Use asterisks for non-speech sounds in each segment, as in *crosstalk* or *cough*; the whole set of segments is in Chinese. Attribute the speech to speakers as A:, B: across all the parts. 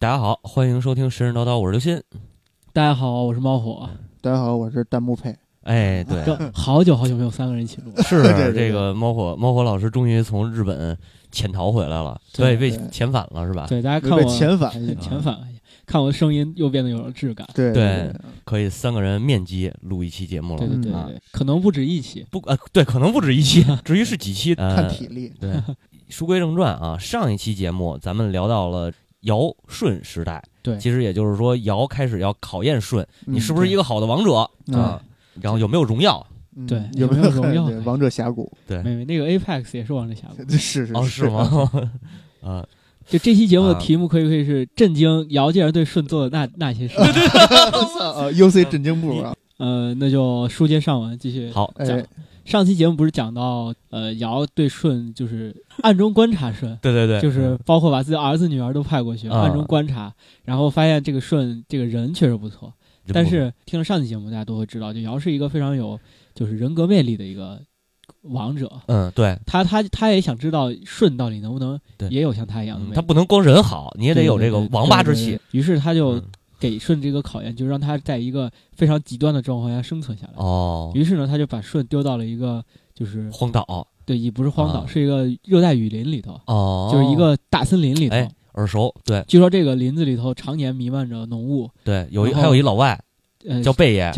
A: 大家好，欢迎收听《神神叨叨》，我是刘鑫。
B: 大家好，我是猫火。
C: 大家好，我是弹幕配。
A: 哎，对，
B: 这好久好久没有三个人一起录了，
A: 是
C: *laughs* 对对对
A: 这个猫火猫火老师终于从日本潜逃回来了，
B: 对
A: 被
C: 对
A: 遣返了是吧？
B: 对大家看
C: 有
B: 我
C: 个遣返
B: 哎遣返了一下，看我的声音又变得有了质感。
C: 对
A: 对可以三个人面基录一期节目
B: 对
A: 了，
B: 对对
A: 啊
C: 嗯
B: 对对，可能不止一期。
A: 不呃对，可能不止一期，至于是几期，呃
C: 看体力。
A: 对，书归正传啊，上一期节目咱们聊到了尧舜时代，
B: 对
A: 其实也就是说尧开始要考验舜，你是不是一
C: 个
A: 个好的王者
C: 嗯
A: 啊？然后有没有荣耀？
B: 对
C: 有没
B: 有没有
C: 看
B: 荣耀
C: 对王者峡谷？ *laughs*
A: 对，
B: 没没，那个 Apex 也是往这峡
A: *laughs*
B: 谷。
C: 是是
A: 哦是？吗？啊，
B: 就这期节目的
A: 啊
B: 题目可以可以是震惊姚竟然对舜做的那那些事。
A: *laughs*
C: *laughs* 啊，UC 震惊部啊！
B: 呃，那就书接上文，继续。
A: 好，
C: 哎， *laughs*
B: 讲上期节目不是讲到呃尧对舜就是暗中观察舜，
A: 对对对，
B: 就是包括把自己儿子女儿都派过去
A: 啊
B: 暗中观察，然后发现这个舜这个人确实不错，
A: 人
B: 但
A: 不
B: 是听了上期节目，大家都会知道，就尧是一个非常有就是人格魅力的一个王者。
A: 嗯对，
B: 他他他也想知道舜到底能不能
A: 对
B: 也有像他一样的
A: 嗯
B: 魅力，
A: 他不能光人好，你也得有这个
B: 对对对
A: 王八
B: 对
A: 之
B: 对对
A: 气。
B: 于是他就
A: 嗯
B: 给舜这个考验，就让他在一个非常极端的状况下生存下来。
A: 哦，
B: 于是呢，他就把舜丢到了一个就是
A: 荒岛
B: 对，也不是荒岛，
A: 啊
B: 是一个热带雨林里头，
A: 哦，
B: 就是一个大森林里头。
A: 哎耳熟，对
B: 据说这个林子里头常年弥漫着浓雾，
A: 对，有一
B: 然后
A: 还有一老外
B: 呃，
A: 叫贝爷，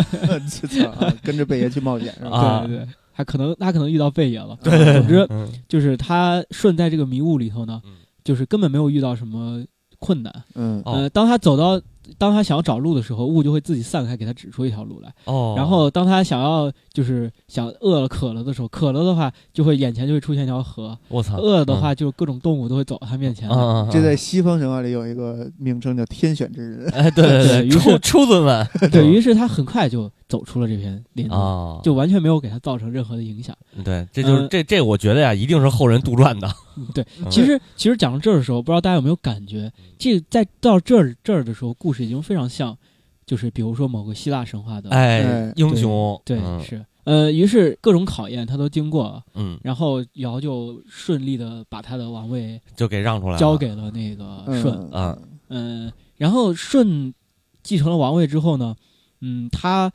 C: 这操啊跟着贝爷去冒险是吧？
A: 啊
B: 对对对，他可能他可能遇到贝爷了。
C: 对对
B: 总之
A: 嗯
B: 就是他顺在这个迷雾里头呢
A: 嗯，
B: 就是根本没有遇到什么困难。
C: 嗯
A: 哦
B: 呃，当他走到当他想要找路的时候，雾就会自己散开，给他指出一条路来。
A: 哦，
B: 然后当他想要就是想饿了渴了的时候，渴了的话就会眼前就会出现一条河，
A: 我操，
B: 饿了的话就各种动物都会走到他面前来。
A: 嗯，嗯
C: 这在西方神话里有一个名称叫天选之人，
A: 哎对对
B: 对
A: 对，
B: 于是
A: 出出子们
B: *laughs* 对于是，他很快就走出了这片林子，
A: 啊，
B: 就完全没有给他造成任何的影响。
A: 对，这就是
C: 嗯
B: 呃
A: 这这我觉得呀，一定是后人杜撰的。
B: 嗯对
A: 嗯，
B: 其实其实讲到这儿的时候，不知道大家有没有感觉，这在到这儿这儿的时候，故事已经非常像，就是比如说某个希腊神话的，
A: 哎
C: 哎，
A: 英雄
B: 嗯对，
A: 嗯
B: 是，呃，于是各种考验他都经过了，
A: 嗯，
B: 然后尧就顺利的把他的王位
A: 就给让出来了，
B: 交给了那个舜，
C: 嗯
A: 啊，
B: 嗯、然后舜继承了王位之后呢，嗯，他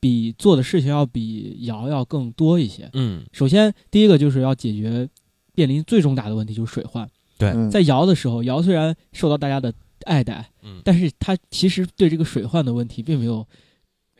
B: 比做的事情要比尧要更多一些。
A: 嗯
B: 首先，第一个就是要解决面临最重大的问题，就是水患。
C: 嗯
B: 在尧的时候，尧虽然受到大家的爱戴，
A: 嗯，
B: 但是他其实对这个水患的问题并没有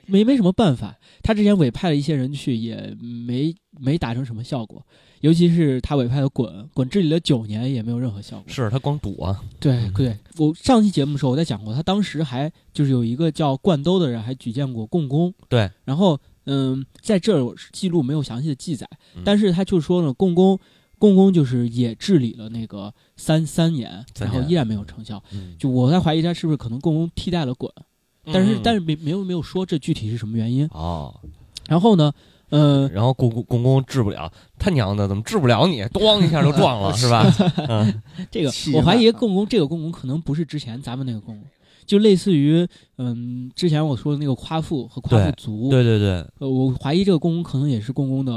B: 没没什么办法。他之前委派了一些人去，也没没达成什么效果。尤其是他委派的鲧，鲧治理了九年也没有任何效果。
A: 是他光赌啊，
B: 对
A: 嗯
B: 对，我上期节目的时候我在讲过，他当时还就是有一个叫灌兜的人还举荐过共工，
A: 对，
B: 然后嗯，在这儿我是记录没有详细的记载
A: 嗯，
B: 但是他就说呢，共工共工就是也治理了那个三三年，
A: 三
B: 然后
A: 年
B: 依然没有成效，
A: 嗯
B: 就我在怀疑他是不是可能共工替代了鲧，但是
A: 嗯
B: 但是没没有没有说这具体是什么原因，
A: 哦，
B: 然后呢，
A: *laughs*
B: 呃，
A: 然后故宫故宫治不了，他娘的怎么治不了你？咣一下就撞
B: *laughs*
A: 了是吧？嗯
B: 这个
C: 气
B: 我怀
C: 愤
B: 疑
C: 啊
B: 共工这个共工可能不是之前咱们那个共工。就类似于，嗯，之前我说的那个夸父和夸父
A: 对
B: 族，
A: 对对对，
B: 呃，我怀疑这个共工可能也是共工的，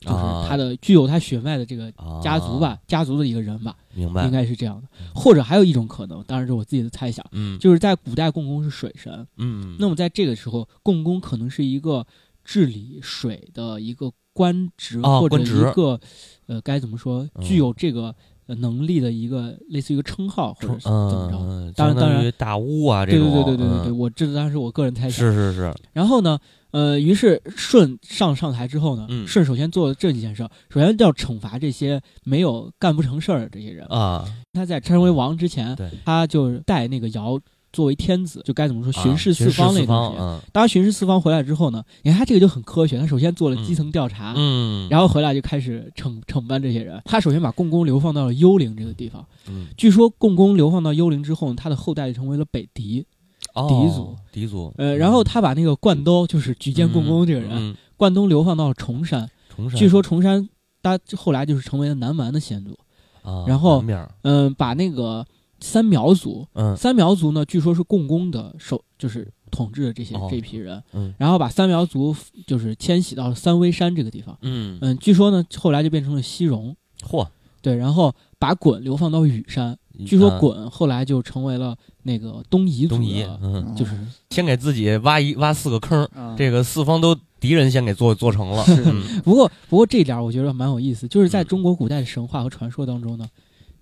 B: 就是
A: 啊
B: 他的具有他血脉的这个
A: 啊
B: 家族吧，家族的一个人吧，
A: 明
B: 应
A: 白？
B: 该是这样的。或者还有一种可能，当然是我自己的猜想，
A: 嗯，
B: 就是在古代共工是水神，
A: 嗯，
B: 那么在这个时候，共工可能是一个治理水的一个官职，
A: 啊
B: 或者
A: 官职
B: 一个呃该怎么说，
A: 嗯
B: 具有这个呃能力的一个类似于一个称号，或者是怎么着。
A: 嗯，
B: 当然
A: 相当
B: 当
A: 于
B: 然
A: 大屋啊这
B: 对对
A: 种，
B: 对对对对对，
A: 嗯
B: 我这当然是我个人猜想。
A: 是是是，
B: 然后呢，呃，于是舜上上台之后呢，
A: 嗯
B: 舜首先做了这几件事儿，首先要惩罚这些没有干不成事儿的这些人。
A: 啊，
B: 他在成为王之前，
A: 对，
B: 他就带那个尧作为天子，就该怎么说
A: 啊
B: 巡视四方那段时间。
A: 嗯
B: 当他巡视四方回来之后呢，你看他这个就很科学，他首先做了基层调查。
A: 嗯，
B: 啊然后回来就开始惩惩办这些人。他首先把共工流放到了幽灵这个地方。
A: 嗯
B: 据说共工流放到幽灵之后呢，他的后代就成为了北狄。
A: 哦
B: 敌族
A: 敌族，嗯
B: 呃，然后他把那个灌兜，就是举荐共工这个人，
A: 嗯，嗯
B: 灌东流放到了崇山，
A: 重山，
B: 据说崇山他后来就是成为了南蛮的先祖。
A: 啊，
B: 然后
A: 南面儿
B: 嗯，把那个三苗族，
A: 嗯
B: 三苗族呢，据说是共工的首，就是统治的这些、
A: 哦
B: 这批人，
A: 嗯
B: 然后把三苗族就是迁徙到了三危山这个地方。
A: 嗯，
B: 嗯，据说呢，后来就变成了西戎，
A: 嚯，
B: 对，然后把鲧流放到羽山，据说
A: 啊
B: 滚后来就成为了那个东夷族
A: 东夷，
B: 的，
A: 嗯，
C: 嗯
B: 就是
A: 先给自己挖一挖四个坑，
C: 啊
A: 这个四方都敌人先给做做成了，
C: 是
A: 嗯
B: 不过不过这一点我觉得蛮有意思，就是在
A: 嗯
B: 中国古代的神话和传说当中呢，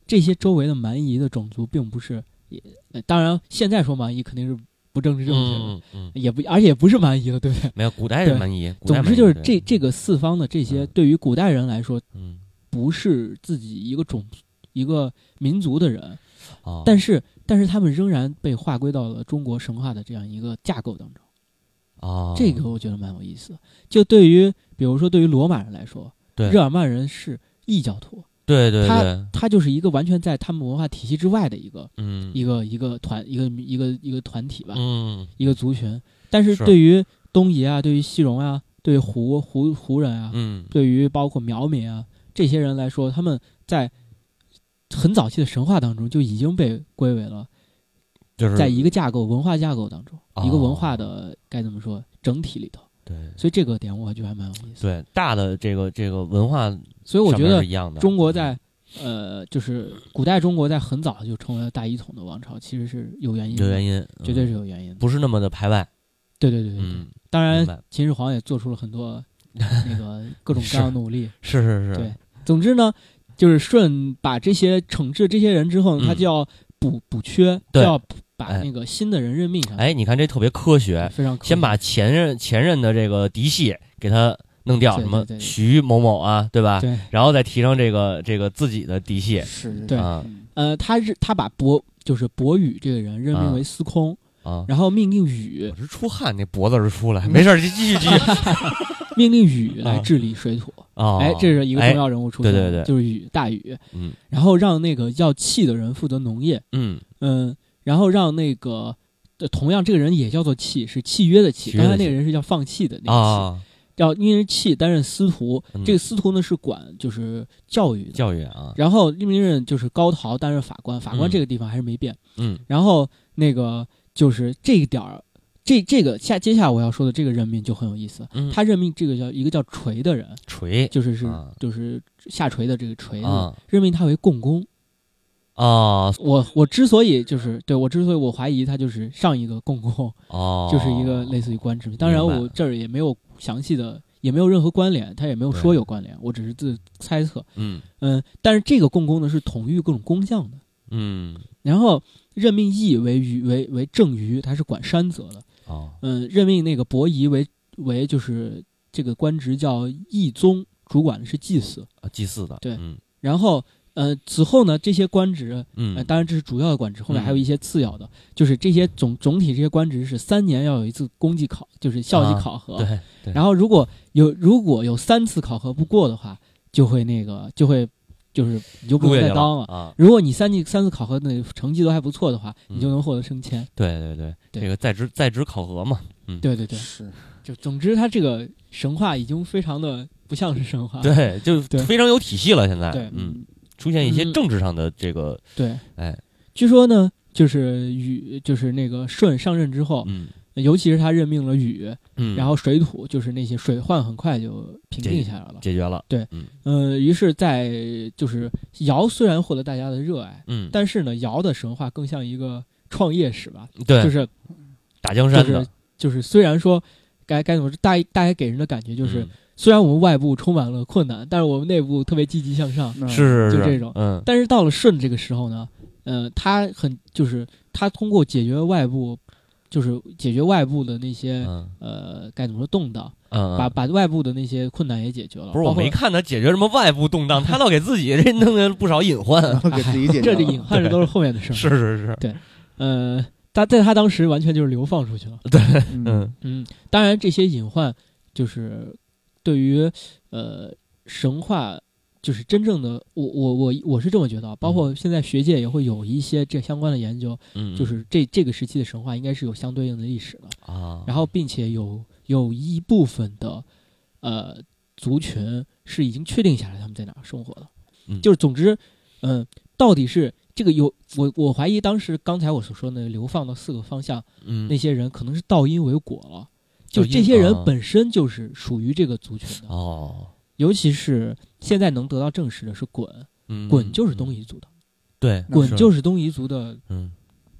B: 这些周围的蛮夷的种族并不是，也呃当然现在说蛮夷肯定是不政治正确的，
A: 嗯嗯，
B: 也不而且也不是蛮夷了，对不对？
A: 没有古代
B: 对
A: 是蛮夷，古代
B: 总之
A: 蛮夷
B: 就是
A: 对
B: 这这个四方的这些
A: 嗯
B: 对于古代人来说
A: 嗯
B: 不是自己一个种一个民族的人，
A: 哦，
B: 但是但是他们仍然被划归到了中国神话的这样一个架构当中。
A: 哦
B: 这个我觉得蛮有意思的。就对于比如说对于罗马人来说，
A: 对
B: 日耳曼人是异教徒，
A: 对对
B: 他
A: 对，
B: 他就是一个完全在他们文化体系之外的一个、
A: 嗯
B: 一个一个团一个一个一个团体吧，
A: 嗯
B: 一个族群。但是
A: 是
B: 对于东夷啊，对于西戎啊，对于胡胡胡人啊，
A: 嗯
B: 对于包括苗民啊这些人来说，他们在很早期的神话当中就已经被归为了
A: 就是
B: 在一个架构、文化架构当中，一个文化
A: 哦
B: 的该怎么说整体里头。
A: 对
B: 所以这个点我觉得还蛮有意思。
A: 对大的这个这个文化
B: 所以我
A: 上
B: 觉
A: 面
B: 得
A: 是一样的，嗯
B: 中国在呃，就是古代中国在很早就成为了大一统的王朝，其实是有原因的，
A: 有原因，嗯
B: 绝对是有原因的。
A: 不是那么的排外，
B: 对对对对对。
A: 嗯，
B: 当然
A: 明白，
B: 秦始皇也做出了
A: *laughs*
B: 很多那个各种各样的努力。
A: 是是
B: 对
A: 是，
B: 总之呢，就是舜把这些惩治这些人之后呢，
A: 嗯
B: 他就要补补缺，就
A: 对
B: 要把
A: 哎
B: 那个新的人任命上去。
A: 哎，你看这特别科学，
B: 非常可
A: 先把前任前任的这个嫡系给他弄掉，
B: 对
A: 什么
B: 对对
A: 徐某某啊，对吧？
B: 对
A: 然后再提上这个这个自己的嫡系
C: 是是
B: 对
A: 啊
B: 呃，他是他把伯就是伯禹这个人任命
A: 啊
B: 为司空，
A: 啊。
B: 然后命令禹
A: *laughs* 我是出汗，那脖子是出
B: 嗯
A: 来，没事儿，继续
B: *laughs*
A: 继续。
B: 命令禹来
A: 啊
B: 治理水土。
A: 哦，
B: 哎，这是一个重
A: 哎，
B: 要人物出现，
A: 对对对
B: 就是禹大禹，
A: 嗯
B: 然后让那个要气的人负责农业，
A: 嗯，
B: 嗯，然后让那个。呃同样，这个人也叫做契，是契约的契。
A: 契约的
B: 刚才
A: 契
B: 那个人是叫放弃的那个契，
A: 啊，
B: 叫因为契担任司徒，
A: 嗯
B: 这个司徒呢是管就是教育的，
A: 教育啊，
B: 然后另一任就是高陶担任法官，法官
A: 嗯
B: 这个地方还是没变。
A: 嗯，
B: 然后那个就是这一点儿，这这个下接下来我要说的这个任命就很有意思，
A: 嗯
B: 他任命这个叫一个叫锤的人，
A: 锤
B: 就是是、
A: 啊
B: 就是下垂的这个锤子，
A: 啊
B: 任命他为共工。
A: 啊
B: 我我之所以就是对我之所以我怀疑他就是上一个共工，
A: 哦，
B: 就是一个类似于官职。当然，
A: 明白
B: 我这儿也没有详细的，也没有任何关联，他也没有说
A: 对
B: 有关联，我只是自猜测。
A: 嗯
B: 嗯，但是这个共工呢是统御各种工匠的，
A: 嗯
B: 然后任命羿为虞为为正虞，他是管山泽的。
A: 哦
B: 嗯，任命那个伯夷为为就是这个官职叫义宗，主管的是祭祀。
A: 啊祭祀的
B: 对
A: 嗯
B: 然后呃，此后呢，这些官职，呃，
A: 嗯
B: 当然这是主要的官职，后面
A: 嗯
B: 还有一些次要的，就是这些总总体这些官职是三年要有一次功绩考，就是校
A: 啊
B: 级考核。
A: 对对，
B: 然后如果有如果有三次考核不过的话，就会那个就会就是你就不
A: 录
B: 能
A: 下去了
B: 再当了。
A: 啊，
B: 如果你三级三次考核的成绩都还不错的话，
A: 嗯
B: 你就能获得升迁。
A: 对对对，
B: 对
A: 这个在职在职考核嘛，
B: 对对对，
C: 是
B: 就总之，它这个神话已经非常的不像是神话。
A: 对，就
B: 啊对
A: 非常有体系了。现在
B: 对
A: 嗯，出现一些政治上的这个
B: 对
A: 哎，
B: 据说呢，就是禹，就是那个舜上任之后，
A: 嗯
B: 尤其是他任命了禹，
A: 嗯，
B: 然后水土就是那些水患很快就平定下来了。
A: 解决了
B: 嗯，于是，在就是尧虽然获得大家的热爱，
A: 嗯，
B: 但是呢，尧的神话更像一个创业史吧，
A: 对
B: 就是
A: 打江
B: 就
A: 山的
B: 是就是虽然说该该怎么说，大大家给人的感觉就是。
A: 嗯
B: 虽然我们外部充满了困难，但是我们内部特别积极向上。
C: 那 *laughs*
A: 是是
B: 嗯就是这种
A: 嗯
B: 但是到了舜这个时候呢，呃，他很就是他通过解决外部，就是解决外部的那些、
A: 嗯
B: 呃该怎么说动荡，
A: 嗯，
B: 把
A: 嗯
B: 把外部的那些困难也解决了。
A: 不是我
B: 包括
A: 没看他解决什么外部动荡，他倒给自己 *laughs* 这弄了不少隐患。
B: *laughs*
C: 然后给自己解啊决
B: 啊这
C: 了
B: 这隐患这都是后面的事
A: *laughs*
B: 儿。
A: 是是是，
B: 呃，他在他当时完全就是流放出去
A: 呃
B: 了。
C: 嗯
A: 嗯
B: 嗯，当然这些隐患就是对于呃神话，就是真正的我我我我是这么觉得啊，包括现在学界也会有一些这相关的研究，
A: 嗯，
B: 就是这这个时期的神话应该是有相对应的历史的，
A: 啊，
B: 然后并且有有一部分的呃族群是已经确定下来他们在哪儿生活了，
A: 嗯
B: 就是总之，嗯、到底是。这个有我，我怀疑当时刚才我所说的流放到四个方向，
A: 嗯
B: 那些人可能是倒因为果了，就
A: 倒因
B: 这些人
A: 啊
B: 本身就是属于这个族群的，
A: 哦，
B: 尤其是现在能得到证实的是鲧，
A: 嗯
B: 鲧就是东夷族的，
A: 对，
B: 鲧
A: 是
B: 就是东夷族的，
A: 嗯，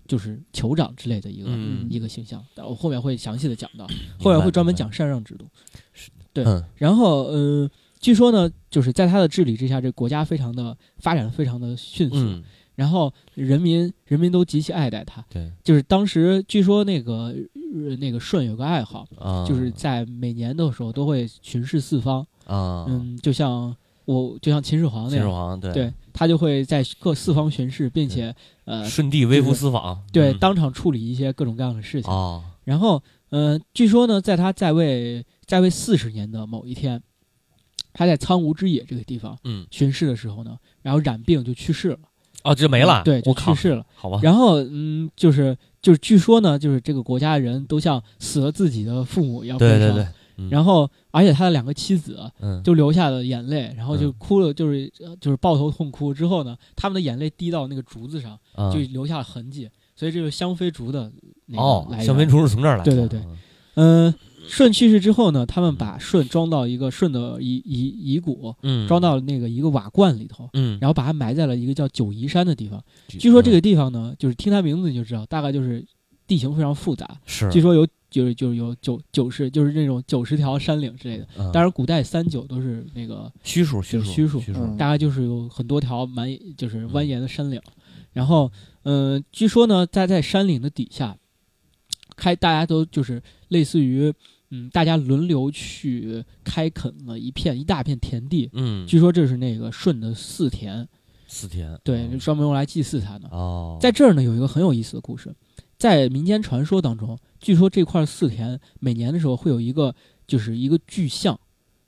B: 就是酋长之类的一个、
A: 嗯
B: 一个形象。但我后面会详细的讲到，后面会专门讲禅让制度。
A: 明
B: 对
A: 白，嗯
B: 然后，呃，据说呢，就是在他的治理之下，这国家非常的发展得非常的迅速，
A: 嗯，
B: 然后人民人民都极其爱戴他。
A: 对
B: 就是当时据说那个、呃那个舜有个爱好，
A: 啊，
B: 就是在每年的时候都会巡视四方，
A: 啊，
B: 嗯，就像我就像秦始皇那
A: 秦始
B: 样，
A: 皇对
B: 对他就会在各四方巡视，并且呃，
A: 舜帝微服私访，
B: 对
A: 嗯
B: 当场处理一些各种各样的事情。
A: 哦，
B: 然后，呃，据说呢，在他在位在位四十年的某一天，他在苍梧之野这个地方
A: 嗯，
B: 巡视的时候呢，然后染病就去世了，呃
A: 哦，这没了，
B: 嗯对，就
A: 我靠
B: 去，世了。
A: 好吧，
B: 然后，嗯，就是就是，据说呢，就是这个国家人都像死了自己的父母一样悲
A: 对
B: 伤。
A: 对对，嗯
B: 然后，而且他的两个妻子
A: 嗯，
B: 就流下了眼泪，然后就
A: 嗯
B: 哭了，就是呃就是抱头痛哭。之后呢，他们的眼泪滴到那个竹子上，
A: 啊
B: 就留下了痕迹。所以这就是香妃竹的那个
A: 哦
B: 来，源
A: 香槟厨是从这儿来的，
B: 对对对
A: 嗯，
B: 嗯，舜去世之后呢，他们把舜装到一个舜的遗遗遗骨，
A: 嗯，
B: 装到那个一个瓦罐里头，
A: 嗯，
B: 然后把它埋在了一个叫九嶷山的地方。
A: 据
B: 据说这个地方呢，就是听它名字你就知道，大概就是地形非常复杂。
A: 嗯是，
B: 据说有就是就是有九九十，就是那种九十条山岭之类的。
A: 嗯
B: 当然，古代三九都是那个，
A: 虚数虚
B: 就
A: 数
B: 是虚数
A: 虚数
C: 嗯，
B: 大概就是有很多条蛮就是蜿蜒的山岭。然后，嗯，据说呢，在在山岭的底下，开大家都就是类似于，嗯，大家轮流去开垦了一片一大片田地。
A: 嗯，
B: 据说这是那个舜的祀田，
A: 四天，
B: 对，
A: 嗯
B: 专门用来祭祀他的。
A: 哦，
B: 在这儿呢，有一个很有意思的故事，在民间传说当中，据说这块四田每年的时候会有一个就是一个巨象，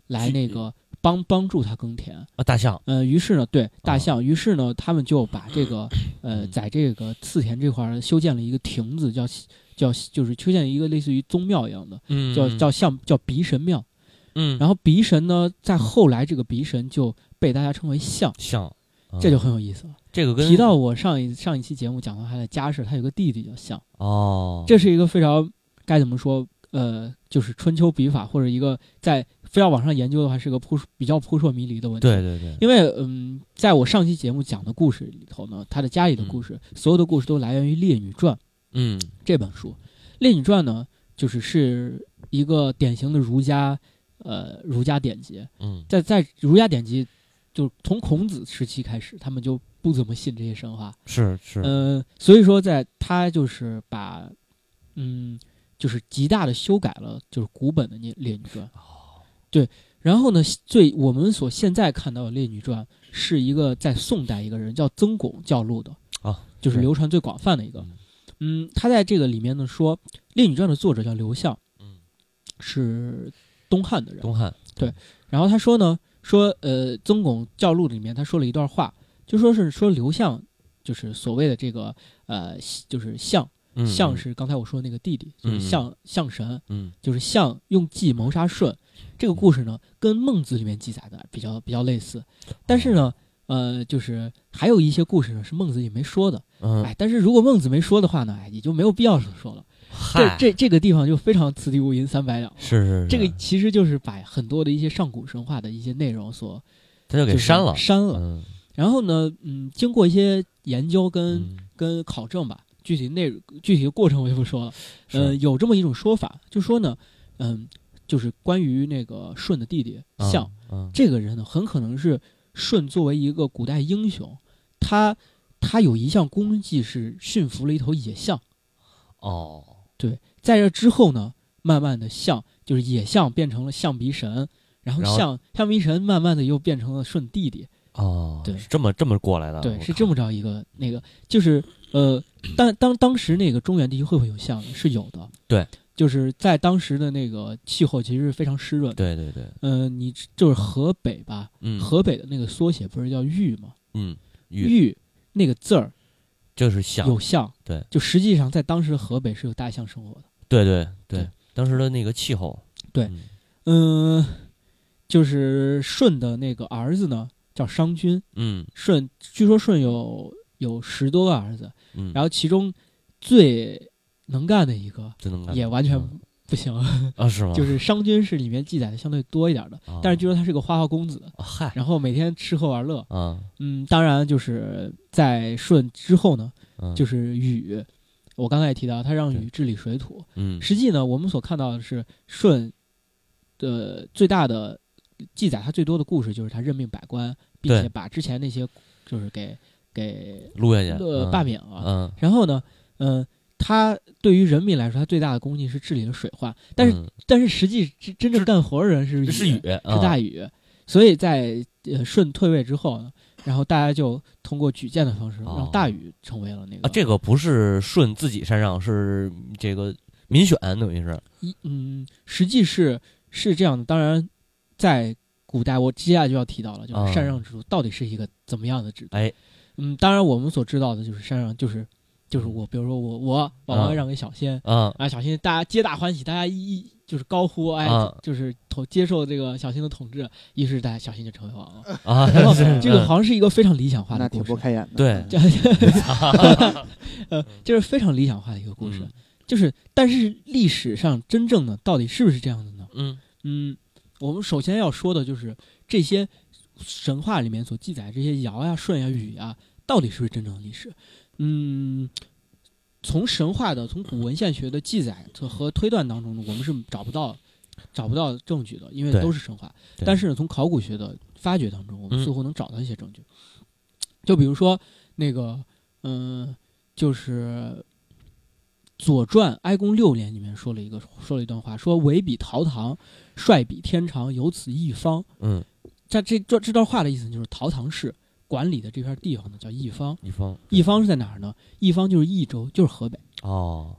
B: 来
A: 巨
B: 那个帮帮助他耕田。
A: 啊大象，
B: 呃，于是呢，对
A: 啊
B: 大象，于是呢，他们就把这个
A: *clears throat*
B: 呃，
A: 嗯
B: 在这个四田这块儿修建了一个亭子，叫叫就是修建一个类似于宗庙一样的，
A: 嗯，
B: 叫
A: 嗯
B: 叫像叫鼻神庙。
A: 嗯，
B: 然后鼻神呢，在后来这个鼻神就被大家称为象，
A: 象，嗯
B: 这就很有意思了。
A: 这个跟
B: 提到我上一上一期节目讲到他的家世，他有个弟弟叫象。
A: 哦，
B: 这是一个非常该怎么说？呃，就是春秋笔法或者一个在非要往上研究的话，是个扑朔比较扑朔迷离的问题。
A: 对，对对，
B: 因为嗯，在我上期节目讲的故事里头呢，他的家里的故事，所有的故事都来源于《列女传》
A: 嗯
B: 这本书。《列女传》呢，就是是一个典型的儒家，呃，儒家典籍。
A: 嗯
B: 在在儒家典籍，就是从孔子时期开始，他们就不怎么信这些神话，
A: 是是，
B: 嗯，所以说在他就是把，嗯，就是极大的修改了就是古本的《列列女传》。
A: 哦
B: 然后呢，最我们所现在看到的《列女传》是一个在宋代一个人叫曾巩教录的
A: 啊，
B: 就是
A: 是
B: 流传最广泛的一个。嗯，他在这个里面呢说，《列女传》的作者叫刘向，
A: 嗯，
B: 是东汉的人。
A: 东汉，
B: 然后他说呢，说呃，曾巩教录里面他说了一段话，就说是说刘向就是所谓的这个呃，就是向。
A: 嗯
B: 象，是刚才我说的那个弟弟，就
A: 嗯嗯
B: 是象象神，
A: 嗯
B: 就是象用计谋杀舜。这个故事呢，跟《孟子》里面记载的比较比较类似，但是呢，呃，就是还有一些故事呢是孟子也没说的。
A: 嗯，
B: 哎，但是如果孟子没说的话呢，哎，也就没有必要说了。这
A: 嗨，
B: 这这个地方就非常此地无银三百两了。
A: 是啊是
B: 这个
A: 是
B: 其实就是把很多的一些上古神话的一些内容所
A: 他就给
B: 就是
A: 删了，
B: 删了。
A: 嗯
B: 然后呢，嗯，经过一些研究跟
A: 嗯
B: 跟考证吧，具体内容具体的过程我就不说了。
A: 是
B: 呃，有这么一种说法，就说呢，嗯，就是关于那个舜的弟弟
A: 嗯
B: 象、
A: 嗯
B: 这个人呢，很可能是舜作为一个古代英雄，他他有一项功绩是驯服了一头野象，
A: 哦
B: 在这之后呢，慢慢的象就是野象变成了象鼻神，然后
A: 然后
B: 象象鼻神慢慢的又变成了舜弟弟，
A: 哦，
B: 对
A: 是这么这么过来的，
B: 对，
A: 啊我
B: 是
A: 靠
B: 这么着一个那个，就是呃，当当当时那个中原地区会不会有象呢？是有的，
A: 对，
B: 就是在当时的那个气候其实是非常湿润的。
A: 对对对，
B: 嗯、你就是河北吧，
A: 嗯
B: 河北的那个缩写不是叫豫吗？
A: 嗯玉
B: 豫那个字儿
A: 就是象，
B: 有象，
A: 对，
B: 就实际上在当时的河北是有大象生活的。
A: 对对对
B: 对，
A: 当时的那个气候，
B: 对
A: 嗯
B: 嗯、就是舜的那个儿子呢叫商均，
A: 嗯
B: 舜据说舜有有十多个儿子，
A: 嗯，
B: 然后其中最能干的一个
A: 就能干
B: 也完全
A: 嗯
B: 不行，
A: 啊，是吗？
B: *laughs* 就是商君是里面记载的相对多一点的，
A: 啊，哦
B: 但是据说他是个花花公子，
A: 嗨，
B: 然后每天吃喝玩乐。
A: 啊，
B: 嗯，当然就是在舜之后呢，
A: 嗯
B: 就是禹，我刚才也提到，他让禹治理水土。
A: 嗯
B: 实际呢，我们所看到的是舜的最大的记载，他最多的故事就是他任命百官，并
A: 对
B: 且把之前那些就是给给
A: 录下去，
B: 呃
A: 嗯
B: 罢免了。
A: 嗯，
B: 然后呢，嗯、他对于人民来说，他最大的功绩是治理了水患，但是、
A: 嗯
B: 但是实际真真正干活的人是
A: 这是雨，啊
B: 是
A: 是
B: 大禹，所以在呃舜退位之后呢，然后大家就通过举荐的方式，
A: 哦
B: 让大禹成为了那个、
A: 啊，这个不是舜自己禅让，是这个民选，等于是
B: 一嗯，实际是是这样的。当然，在古代，我接下来就要提到了，就是
A: 啊
B: 禅让制度到底是一个怎么样的制度？
A: 哎，
B: 嗯，当然我们所知道的就是禅让，就是就是我，比如说我我把王
A: 啊
B: 位让给小仙，
A: 啊，
B: 啊，小新大家皆大欢喜，大家一一就是高呼哎，
A: 啊
B: 就是统接受这个小新的统治，于是大家小新就成为王
C: *laughs*
B: 了。
A: 啊，
B: 然后
A: 是
B: 这个
A: 嗯
B: 好像是一个非常理想化
C: 那
B: 的
C: 挺
B: 故
C: 不
B: 事，
C: 开眼的。
A: 对
B: 这
A: *laughs*
B: 呃，这是非常理想化的一个故事
A: 嗯。
B: 就是，但是历史上真正的到底是不是这样的呢？
A: *laughs* 嗯
B: 嗯，我们首先要说的就是这些神话里面所记载这些尧呀、舜呀、禹呀，到底是不是真正的历史？嗯，从神话的、从古文献学的记载和推断当中呢，我们是找不到找不到证据的，因为
A: 对
B: 都是神话。
A: 对
B: 但是呢，从考古学的发掘当中，我
A: 嗯
B: 们似乎能找到一些证据。就比如说那个，嗯、就是《左传·哀公六年》里面说了一个说了一段话，说“唯比陶唐，率比天长，有此一方
A: 嗯，”。
B: 在这这这段话的意思就是陶唐氏管理的这片地方呢叫一方，
A: 一方
B: 一方是在哪儿呢？一方就是益州，就是河北。
A: 哦，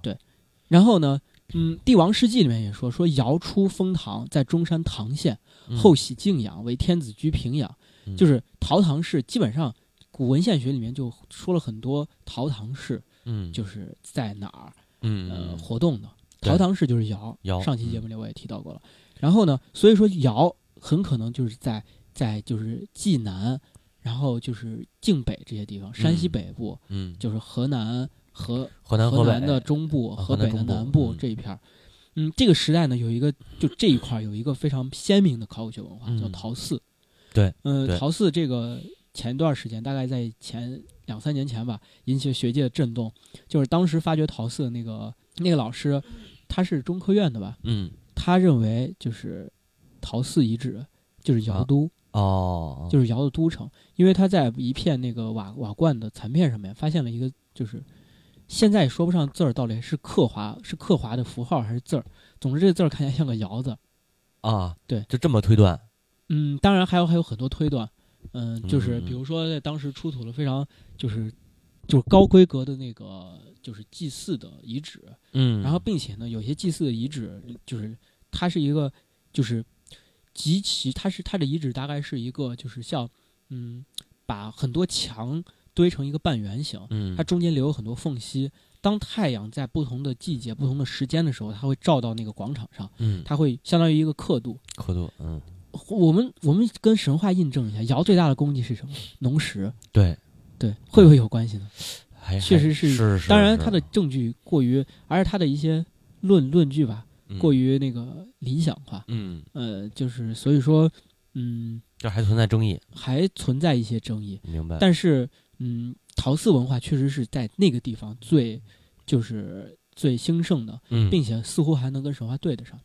B: 然后呢，嗯，《帝王世纪》里面也说，说尧出封唐，在中山唐县。
A: 嗯
B: 后徙泾阳，为天子居平阳。
A: 嗯
B: 就是陶唐氏，基本上古文献学里面就说了很多陶唐氏
A: 嗯
B: 就是在哪儿
A: 嗯
B: 呃
A: 嗯
B: 活动的。
A: 对
B: 陶唐氏就是尧，
A: 尧嗯
B: 上期节目里我也提到过了。然后呢，所以说尧很可能就是在在就是济南，然后就是晋北这些地方，山西
A: 嗯
B: 北部、
A: 嗯，
B: 就是河南河
A: 河南
B: 河
A: 北
B: 南的中部、
A: 啊
B: 河
A: 河南
B: 北的
A: 中部
B: 南部
A: 嗯
B: 这一片儿。嗯，这个时代呢，有一个就这一块儿有一个非常鲜明的考古学文化，
A: 嗯
B: 叫陶寺。
A: 对，
B: 嗯、
A: 对
B: 陶寺这个前段时间，大概在前两三年前吧，引起了学界的震动。就是当时发掘陶寺的那个那个老师，他是中科院的吧？
A: 嗯
B: 他认为就是陶寺遗址就是尧
A: 啊
B: 都，
A: 哦，
B: 就是尧的都城，因为他在一片那个瓦瓦罐的残片上面发现了一个，就是现在也说不上字儿到底是刻划是刻划的符号还是字儿，总之这个字儿看起来像个尧字。
A: 啊，
B: 对
A: 就这么推断，
B: 嗯，当然还有还有很多推断，嗯，就
A: 嗯
B: 是
A: 嗯嗯
B: 比如说在当时出土了非常就是就是高规格的那个就是祭祀的遗址，
A: 嗯，
B: 然后并且呢，有些祭祀的遗址就是它是一个就是极其它是它的遗址大概是一个就是像嗯把很多墙堆成一个半圆形，
A: 嗯，
B: 它中间留有很多缝隙。当太阳在不同的季节、不同的时间的时候，它会照到那个广场上，
A: 嗯，
B: 它会相当于一个刻度。
A: 刻度，嗯，
B: 我们我们跟神话印证一下，尧最大的功绩是什么？农时，
A: 对，
B: 对，会不会有关系呢？
A: 还
B: 确实
A: 还
B: 是
A: 是，是
B: 当然，它的证据过于，而且它的一些论论据吧，过，
A: 是
B: 于那个理想化。
A: 嗯嗯，
B: 呃，就是所以说，嗯，
A: 这还存在争议，
B: 还存在一些争议，
A: 明白？
B: 但是，嗯，陶寺文化确实是在那个地方最，就是最兴盛的，
A: 嗯，
B: 并且似乎还能跟神话对得上。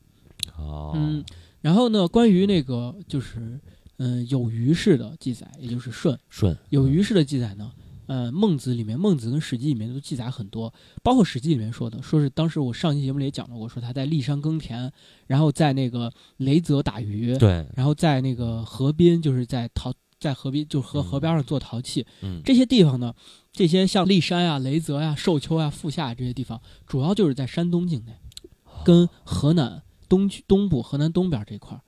A: 哦，
B: 嗯，然后呢，关于那个就是，嗯、有虞氏的记载，也就是舜，
A: 顺，嗯
B: 有虞氏的记载呢。呃，孟子里面，孟子跟《史记》里面都记载很多，包括《史记》里面说的，说是当时我上期节目里也讲到过，说他在骊山耕田，然后在那个雷泽打鱼，
A: 对，
B: 然后在那个河边，就是在陶在河边，就是河
A: 嗯
B: 河边上做陶器、
A: 嗯，
B: 这些地方呢，这些像骊山啊、雷泽呀、寿丘啊、富夏这些地方，主要就是在山东境内，跟河南东区东部、河南东边这一块儿。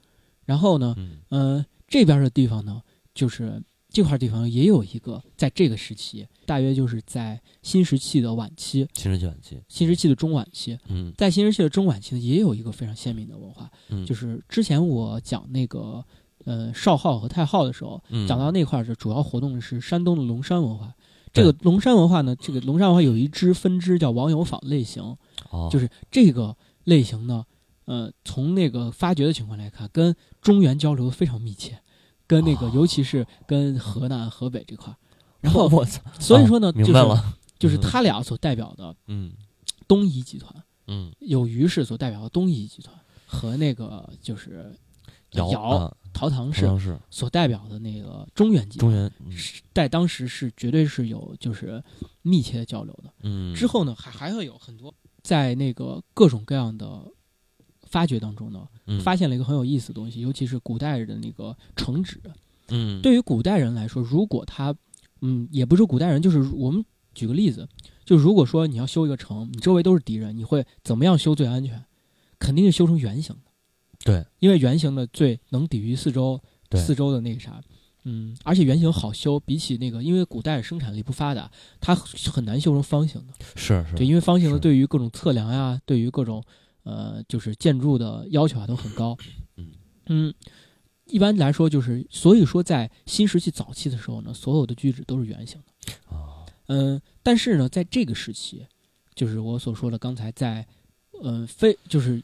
B: 然后呢，
A: 嗯
B: 呃，这边的地方呢，就是这块地方也有一个，在这个时期，大约就是在新石器的晚期、
A: 秦始卷期，
B: 新石器的中晚期，
A: 嗯
B: 在新石器的中晚期呢，也有一个非常鲜明的文化，
A: 嗯，
B: 就是是之前我讲那个呃少昊和太昊的时候，
A: 嗯
B: 讲到那块儿是主要活动的是山东的龙山文化。这
A: 对
B: 个龙山文化呢，这个龙山文化有一支分支叫王友坊类型，
A: 哦，
B: 就是这个类型呢，呃，从那个发掘的情况来看，跟中原交流非常密切，跟那个、
A: 哦
B: 尤其是跟河南、河北这块儿。 *laughs* 然后，
A: 我操，
B: 所以说呢，就
A: 明白
B: 是 *laughs*
A: 了，
B: 就是
A: 嗯
B: 他俩所代表的
A: 嗯
B: 东夷集团，
A: 嗯，
B: 有于氏所代表的东夷集团和那个就是
A: 尧
B: 尧
A: 啊，
B: 陶唐
A: 好
B: 氏
A: 像是
B: 所代表的那个中原集
A: 中
B: 团，
A: 原，嗯
B: 是在当时是绝对是有就是密切的交流的。
A: 嗯，
B: 之后呢，还还会有很多在那个各种各样的发掘当中呢，
A: 嗯
B: 发现了一个很有意思的东西，尤其是古代人的那个城址。
A: 嗯
B: 对于古代人来说，如果他嗯，也不是古代人，就是我们举个例子，就如果说你要修一个城，你周围都是敌人，你会怎么样修最安全？肯定是修成圆形的。
A: 对，
B: 因为圆形的最能抵御四周
A: 对
B: 四周的那个啥。嗯，而且圆形好修，比起那个，因为古代生产力不发达，它很难修成方形的。
A: 是是，
B: 对，因为方形
A: 嗯
B: 的
A: 是
B: 对于各种测量呀、对于各种呃就是建筑的要求啊都很高。
A: 嗯
B: 一般来说就是，所以说在新石器早期的时候呢，所有的居址都是圆形的。
A: 啊
B: 嗯、但是呢，在这个时期，就是我所说的刚才在嗯、呃非就是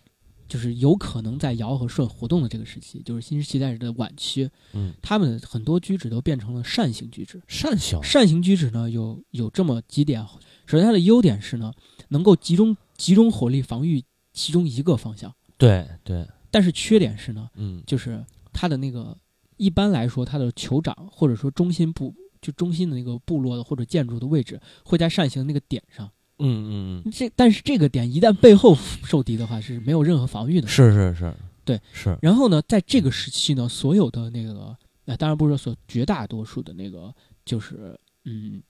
B: 就是有可能在尧和舜活动的这个时期，就是新石器时代的晚期，
A: 嗯，
B: 他们很多居址都变成了扇形居址。
A: 善小，
B: 扇形居址呢，有有这么几点。首先，它的优点是呢，能够集中集中火力防御其中一个方向。
A: 对对，
B: 但是缺点是呢，
A: 嗯
B: 就是它的那个一般来说，它的酋长或者说中心部就中心的那个部落的或者建筑的位置会在扇形那个点上。
A: 嗯嗯嗯，
B: 这但是这个点一旦背后 *laughs* 受敌的话，是没有任何防御的。
A: 是是是，
B: 对
A: 是，
B: 然后呢，在这个时期呢，所有的那个，呃，当然不是说所绝大多数的那个，就是嗯，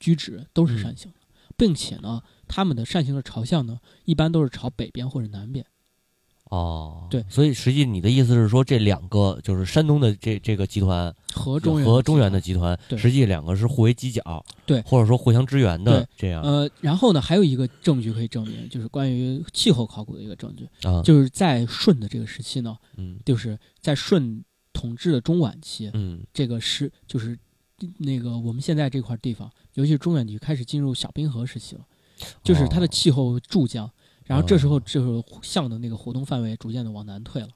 B: 居址都是扇形的，并且呢，他们的扇形的朝向呢，一般都是朝北边或者南边。
A: 哦，
B: 对
A: 所以实际你的意思是说，这两个就是山东的这这个集团
B: 和中原
A: 和中原
B: 的
A: 的
B: 集
A: 集团，
B: 对
A: 实际两个是互为犄角，
B: 对
A: 或者说互相支援的
B: 对
A: 这样
B: 团呃，然后呢，还有一个证据可以证明，就是关于气候考古的一个证据，
A: 啊，
B: 就是在舜的这个时期呢，
A: 嗯
B: 就是在舜统治的中晚期，
A: 嗯
B: 这个是就是那个我们现在这块地方，尤其是中原地区开始进入小冰河时期了，
A: 哦
B: 就是它的气候骤降，然后这时候这时候象的那个活动范围逐渐的往南退了，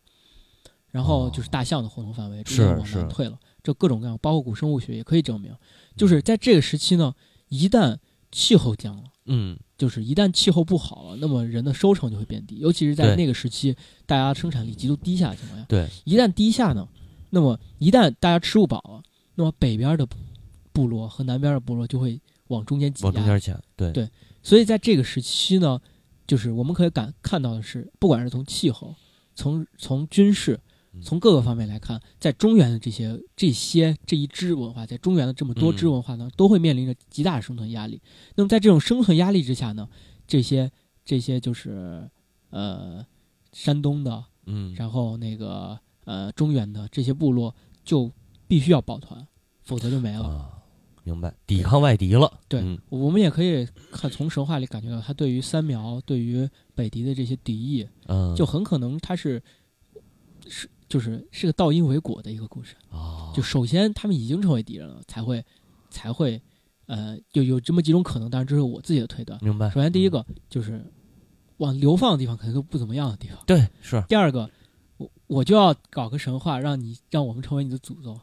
B: 然后就是大象的活动范围逐渐地往
A: 哦是是嗯
B: 南退了，这各种各样，包括古生物学也可以证明，就是在这个时期呢，一旦气候降了。
A: 嗯
B: 就是一旦气候不好了，那么人的收成就会变低，尤其是在
A: 对
B: 那个时期，大家生产力极度低下的情况下，
A: 对，
B: 一旦低下呢，那么一旦大家吃不饱了，那么北边的部落和南边的部落就会往中间挤
A: 往中
B: 压。
A: 间潜，对
B: 对所以在这个时期呢，就是我们可以感看到的是，不管是从气候、从从军事、
A: 嗯
B: 从各个方面来看，在中原的这些这些这一支文化，在中原的这么多
A: 嗯
B: 支文化呢，都会面临着极大的生存压力。那么在这种生存压力之下呢，这些这些就是呃山东的、
A: 嗯
B: 然后那个呃中原的这些部落就必须要抱团，否则就没了。
A: 啊，明白，抵抗外敌了，
B: 对
A: 嗯
B: 我们也可以看从神话里感觉到，他对于三苗、对于北狄的这些敌意，
A: 嗯，
B: 就很可能他是是就是是个倒因为果的一个故事。
A: 啊，
B: 就首先他们已经成为敌人了，才会才会呃有有这么几种可能，当然这是我自己的推断。
A: 明白。
B: 首先第一
A: 嗯
B: 个就是往流放的地方可能都不怎么样的地方。
A: 对是，
B: 第二个，我我就要搞个神话，让你让我们成为你的祖
A: *laughs*
B: 宗，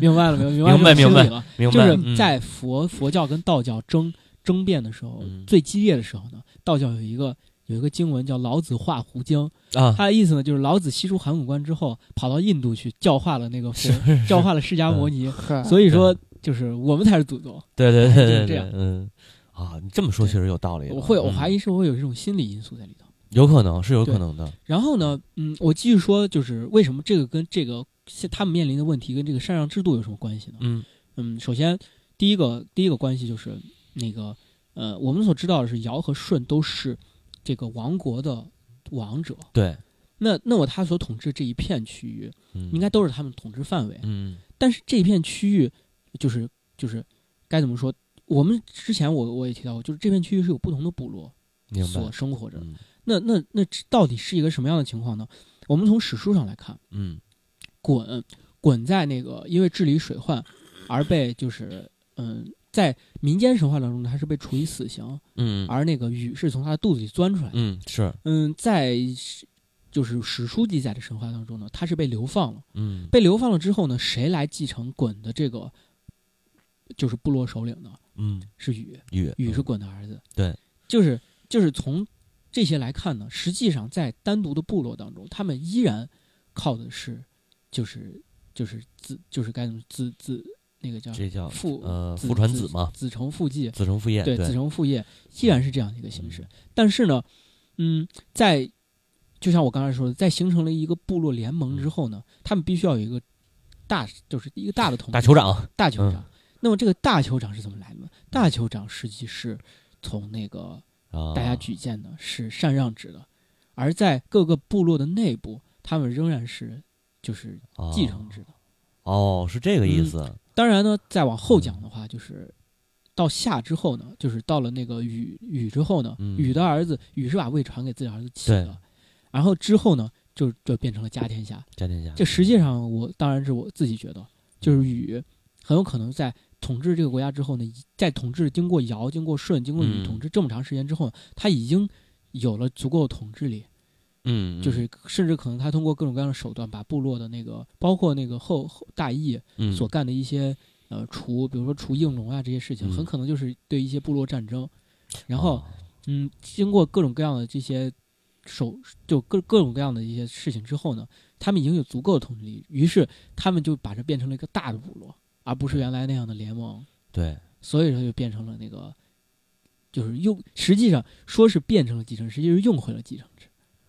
B: 明白了没有？明白
A: 明白
B: 这种
A: 明白
B: 心理了。
A: 明
B: 就
A: 白，嗯
B: 是在佛佛教跟道教争争辩的时候
A: 嗯，
B: 最激烈的时候呢，道教有一个有一个经文叫《老子化胡经》，
A: 嗯啊，
B: 它的意思呢就是老子西出函谷关之后，跑到印度去教化了那个佛，教化了释迦牟
A: 嗯
B: 尼，
A: 啊
C: 嗨，
B: 所以说就是我们才是祖宗。
A: 对对对
B: 就是
A: 对
B: 这
A: 对
B: 样，
A: 嗯啊，你这么说确实有道理了。
B: 我会我
A: 嗯
B: 怀疑是不是会有这种心理因素在里头。
A: 有可能是有可
B: 对
A: 能的，
B: 然后呢，嗯，我继续说，就是为什么这个跟这个现他们面临的问题跟这个禅让制度有什么关系呢？
A: 嗯
B: 嗯，首先第一个第一个关系就是那个呃，我们所知道的是尧和舜都是这个王国的王者，
A: 对，
B: 那那么他所统治这一片区域
A: 嗯
B: 应该都是他们统治范围，
A: 嗯
B: 但是这一片区域就是就是该怎么说？我们之前我我也提到过，就是这片区域是有不同的部落
A: 明白
B: 所，生活着的。
A: 嗯
B: 那那那这到底是一个什么样的情况呢？我们从史书上来看，
A: 嗯
B: 鲧鲧在那个因为治理水患而被就是嗯，在民间神话当中呢，他是被处以死刑，
A: 嗯
B: 而那个禹是从他的肚子里钻出来的。
A: 嗯是
B: 嗯，在就是史书记载的神话当中呢，他是被流放了。
A: 嗯，
B: 被流放了之后呢，谁来继承滚的这个就是部落首领呢？
A: 嗯，
B: 是禹，
A: 禹
B: 禹是
A: 嗯
B: 鲧的儿子。
A: 对，
B: 就是就是从这些来看呢，实际上在单独的部落当中，他们依然靠的是就是就是自就是该怎么自自那个叫
A: 这叫
B: 父
A: 呃
B: 子
A: 父传子嘛，
B: 子承父继，
A: 子承父业，
B: 对，
A: 对，
B: 子承父业依然是这样的一个形式
A: 嗯。
B: 但是呢，嗯，在就像我刚才说的，在形成了一个部落联盟
A: 嗯
B: 之后呢，他们必须要有一个大，就是一个大的统
A: 大
B: 大
A: 酋长，
B: 大酋
A: 嗯
B: 长。那么这个大酋长是怎么来的呢？大酋长实际是从那个
A: 啊，
B: 大家举荐的是禅让制的，而在各个部落的内部，他们仍然是就是
A: 啊
B: 继承嗯制的。
A: 哦，是这个意思，
B: 当然呢，再往后讲的
A: 嗯
B: 话，就是到夏之后呢，就是到了那个禹禹之后呢，
A: 嗯
B: 禹、的儿子禹是把位传给自己儿子启
A: 对
B: 的，然后之后呢，就就变成了家天下。
A: 詹天下，
B: 这实际上我当然是我自己觉得，就是禹很有可能在统治这个国家之后呢，已在统治经过尧、经过舜、经过禹
A: 嗯
B: 统治这么长时间之后，他已经有了足够的统治力，
A: 嗯，嗯
B: 就是甚至可能他通过各种各样的手段，把部落的那个包括那个后后大义，
A: 嗯
B: 所干的一些呃除，比如说除应龙啊这些事情，
A: 嗯
B: 很可能就是对一些部落战争，然后、
A: 啊
B: 嗯，经过各种各样的这些手，就各各种各样的一些事情之后呢，他们已经有足够的统治力，于是他们就把这变成了一个大的部落，而不是原来那样的联盟，
A: 对，
B: 所以说就变成了那个，就是用实际上说是变成了继承，实际是用回了继承制，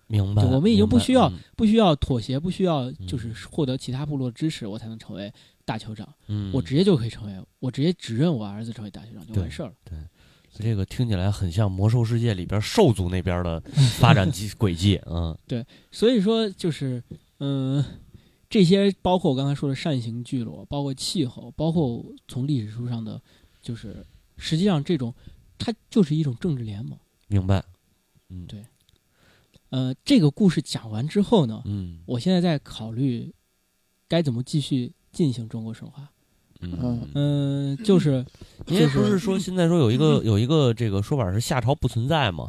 A: 明白，
B: 就我们已经
A: 明白
B: 不需要
A: 嗯
B: 不需要妥协，不需要就是获得其他部落支持，我才能成为大酋长。
A: 嗯，
B: 我直接就可以成为，我直接指认我儿子成为大学长就完事儿了。
A: 这个听起来很像《魔兽世界》里边兽族那边的
B: *laughs*
A: 发展机轨迹，嗯
B: 所以说就是，嗯、这些包括我刚才说的扇形聚落，包括气候，包括从历史书上的，就是实际上这种，它就是一种政治联盟。
A: 明白，嗯
B: 对呃，这个故事讲完之后呢，
A: 嗯
B: 我现在在考虑该怎么继续进行中国神话。
A: 嗯嗯，
B: 嗯、就是
A: 因为
B: 就
A: 不
B: 是嗯
A: 是说现在说有一个有一个这个说法是夏朝不存在嘛，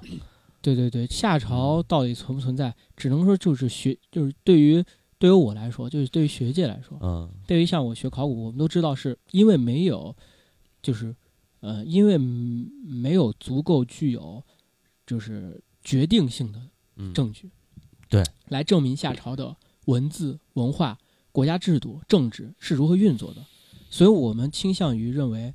B: 对对对，夏朝到底存不存在，只能说就是学，就是对于对于我来说，就是对于学界来说，
A: 嗯
B: 对于像我学考古，我们都知道是因为没有，就是，呃，因为嗯没有足够具有就是决定性的
A: 嗯，
B: 证据，
A: 对，
B: 来证明夏朝的文字、文化、国家制度、政治是如何运作的，所以我们倾向于认为，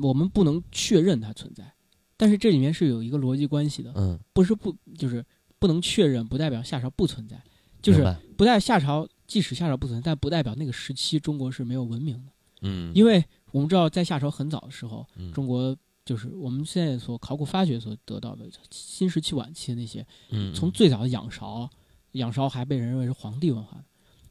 B: 我们不能确认它存在，但是这里面是有一个逻辑关系的，
A: 嗯，
B: 不是不就是不能确认，不代表夏朝不存在，就是
A: 明白
B: 不代夏朝，即使夏朝不存在，但不代表那个时期中国是没有文明的，
A: 嗯，
B: 因为我们知道，在夏朝很早的时候，
A: 为
B: 中国就是我们现在所考古发掘所得到的新石器晚期的那些，
A: 嗯
B: 从最早的仰韶，仰韶还被人认为是黄帝文化的，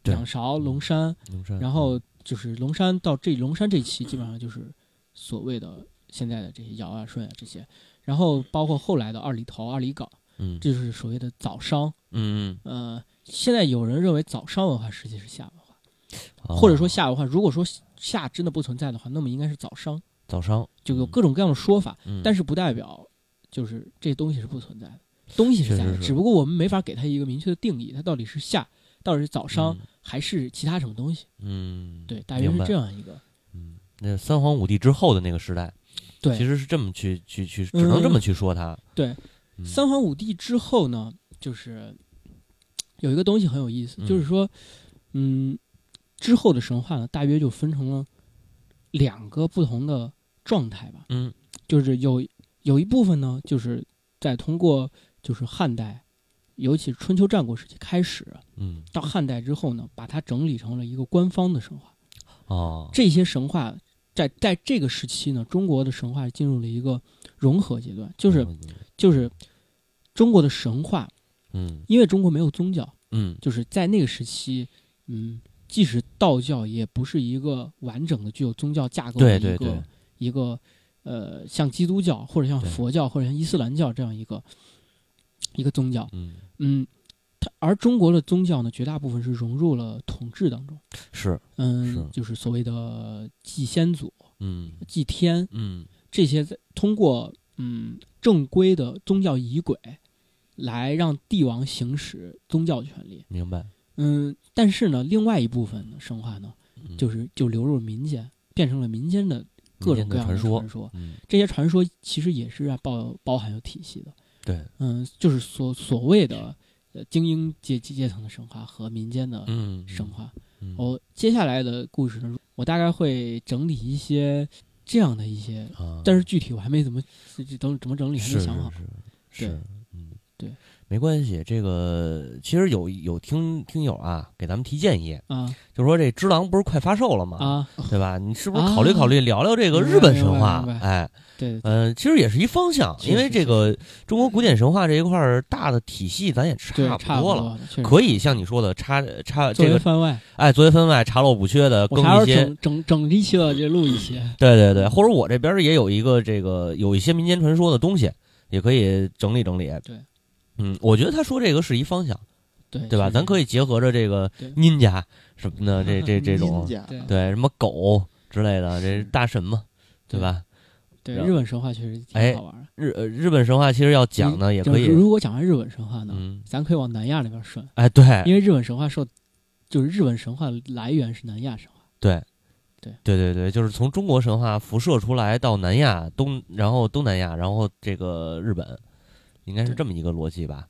A: 对嗯
B: 仰韶、龙山，然后就是龙山到这龙山这一期基本上就是所谓的现在的这些尧啊、舜啊这些，然后包括后来的二里头、二里岗，
A: 嗯
B: 这就是所谓的早商。
A: 嗯，
B: 呃，现在有人认为早商文化实际是夏文化，
A: 嗯
B: 或者说
A: 哦
B: 夏文化，如果说夏真的不存在的话，那么应该是早商，
A: 早商
B: 就有各种各样的说法，
A: 嗯
B: 但是不代表就是这东西是不存在的，东西是在的，
A: 是是是
B: 只不过我们没法给它一个明确的定义，它到底是夏，到底是早商、
A: 嗯
B: 还是其他什么东西？
A: 嗯，
B: 对，大约是
A: 明白
B: 这样一个。
A: 嗯，那三皇五帝之后的那个时代，
B: 对嗯
A: 其实是这么去去去，只能这么去说它。
B: 对
A: 嗯，
B: 三皇五帝之后呢，就是有一个东西很有意思，
A: 嗯
B: 就是说，嗯，之后的神话呢，大约就分成了两个不同的状态吧。
A: 嗯
B: 就是有有一部分呢，就是在通过就是汉代，尤其是春秋战国时期开始，
A: 嗯
B: 到汉代之后呢，把它整理成了一个官方的神话。
A: 哦，
B: 这些神话在在这个时期呢，中国的神话进入了一个融合阶段，就是就是中国的神话，
A: 嗯
B: 因为中国没有宗教，
A: 嗯
B: 就是在那个时期，嗯，即使道教也不是一个完整的具有宗教架构的
A: 对
B: 一个
A: 对对
B: 一个呃，像基督教或者像
A: 对
B: 佛教或者像伊斯兰教这样一个一个宗教，
A: 嗯
B: 嗯，它而中国的宗教呢，绝大部分是融入了统治当中，
A: 是
B: 嗯，
A: 是
B: 就是所谓的祭先祖、
A: 嗯
B: 祭天
A: 嗯
B: 这些在，通过嗯正规的宗教仪轨来让帝王行使宗教权利。
A: 明白。
B: 嗯，但是呢，另外一部分呢，神话呢，
A: 嗯
B: 就是就流入民间，变成了民间的各
A: 民间的
B: 种各样
A: 传
B: 的
A: 说
B: 传说
A: 嗯，
B: 这些传说其实也是啊包包含有体系的。
A: 对，
B: 嗯，就是所所谓的呃精英阶阶层的神话和民间的
A: 嗯，
B: 呃神话。哦
A: 嗯，
B: 我、接下来的故事呢，我大概会整理一些这样的一些，
A: 啊，
B: 但是具体我还没怎么这这等怎么整理还
A: 是
B: 没想好。
A: 是是
B: 对
A: 是，嗯，
B: 对，
A: 没关系。这个其实有有听听友啊，给咱们提建议，
B: 啊
A: 就说这《只狼》不是快发售了吗？
B: 啊，
A: 对吧？你是不是
B: 啊
A: 考虑考虑聊聊这个
B: 明白
A: 日本神话
B: 明白明？白
A: 哎，
B: 对，
A: 呃，其实也是一方向，
B: 是
A: 因为
B: 是
A: 这个中国古典神话这一块儿大的体系咱也
B: 对，
A: 差
B: 差
A: 不多了。
B: 了，确实
A: 可以像你说的插插
B: 作
A: 这
B: 为
A: 个，
B: 番外，
A: 哎，作为分外查漏补缺的
B: 我
A: 更
B: 啥时候
A: 一些，嗯
B: 整整整一期了，就录一期。
A: 对对对，或者我这边也有一个这个有一些民间传说的东西，也可以整理整理。
B: 对，
A: 嗯，我觉得他说这个是一方向，
B: 对
A: 对吧？咱可
B: 以
A: 以结合着这个
B: 对
A: 阴家什么的，这这这种
B: *laughs*
C: 阴，家
B: 啊对
A: 对什么狗之类的，这是大神嘛，对吧？
B: 对
A: 然后
B: 日本神话确实挺
A: 哎
B: 好玩的。
A: 日呃日本神话其实要讲呢，也
B: 嗯就
A: 可以
B: 是，如果讲完日本神话呢，
A: 嗯，
B: 咱可以往南亚那边顺，
A: 哎，对
B: 因为日本神话受就是日本神话的来源是南亚神话。
A: 对。
B: 对
A: 对对对，就是从中国神话辐射出来到南亚东，然后东南亚，然后这个日本，应该是
B: 对
A: 这么一个逻辑吧？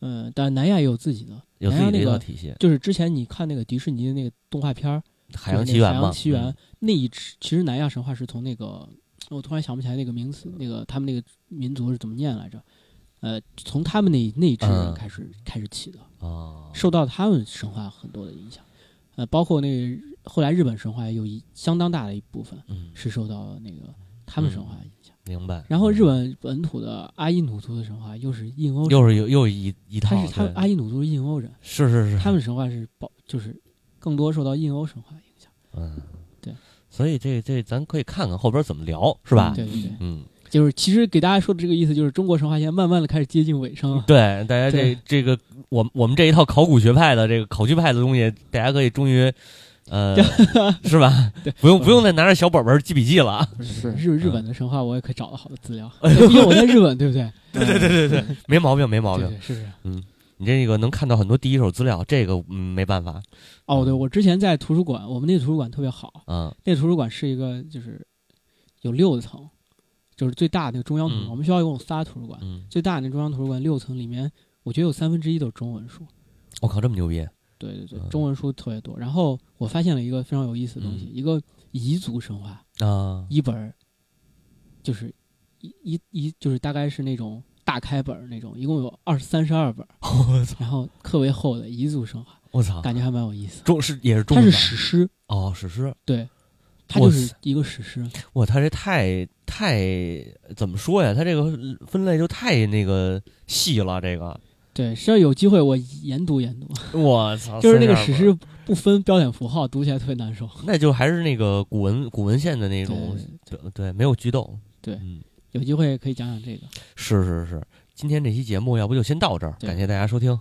B: 嗯，但南亚也有自己的，
A: 有自
B: 南亚
A: 己的一
B: 那
A: 套
B: 个
A: 体系，
B: 就是之前你看那个迪士尼的那个动画片儿，
A: 海洋
B: 就是那个
A: 奇缘
B: 海
A: 嘛，嗯
B: 洋奇缘那一支，其实南亚神话是从那个，我突然想不起来那个名词，那个他们那个民族是怎么念来着？呃，从他们那那一支
A: 嗯
B: 人开始、开始起的，
A: 哦，
B: 受到他们神话很多的影响，呃，包括那个日后来日本神话有一相当大的一部分
A: 嗯，
B: 是受到那个他们神话影响。
A: 明白。
B: 然后日
A: 嗯
B: 本本土的阿伊努族的神话又是印欧，
A: 又是又又一一套，
B: 但是他们
A: 对嗯
B: 阿伊努族是印欧人，
A: 是是是，
B: 他们神话是包就是更多受到印欧神话影响，
A: 嗯，
B: 对，
A: 所以这这咱可以看看后边怎么聊，是吧？
B: 对对对。
A: 嗯，
B: 就是其实给大家说的这个意思，就是中国神话现在慢慢的开始接近尾 *laughs* 声了。
A: 对，大家这
B: 对
A: 这个我们我们这一套考古学派的这个考据派的东西，大家可以终于。呃，是
B: *laughs*
A: 吧？不
B: 嗯
A: 用不用再拿着小本本记笔记了，啊
C: 是
A: 嗯
B: 日日本的神话，我也可以找到好的
A: *laughs*
B: 资料，因为我在日本，对不对？
C: 对对对对对，
A: 没毛病没毛
B: 对
A: 病。
B: 对，是不是？
A: 你这个能看到很多第一手资料，这个嗯没办法，
B: 哦，对，我之前在图书馆，我们那个图书馆特别好，
A: 嗯
B: 那个图书馆是一个就是有六层，就是最大的那个中央图书
A: 嗯
B: 馆。我们学校一共有仨图书馆，
A: 嗯，
B: 最大的那中央图书馆六层里面，我觉得有三分之一都是中文书。
A: 我靠，这么牛逼，
B: 对对对
A: 嗯，
B: 中文书特别多。然后我发现了一个非常有意思的东西，
A: 嗯
B: 一个彝族神话。
A: 啊
B: 一本儿，就是一一一就是大概是那种大开本儿那种，一共有二三十二本儿，
A: *laughs* 我操
B: 然后特别厚的彝族神话，
A: 我操，
B: 感觉还蛮有意思。
A: 中是也是啊中
B: 它
A: 文
B: 是
A: 版
B: 史诗，
A: 哦，史诗，
B: 对，它
A: 哇
B: 就是
A: 塞
B: 一个史诗。
A: 哇，他这太太怎么说呀？他这个分类就太那个细了，这个
B: 对，是要有机会我研读研读，
A: 我操，
B: 就是那个
A: 32
B: 史诗不分标点符号，读起来特别难受。
A: 本，那就还是那个古文古文献的那种，对对，没有剧斗，
B: 对
A: 嗯，
B: 有机会可以讲讲这个。
A: 是是是。今天这期节目要不就先到这儿，
B: 对
A: 感谢大家收听，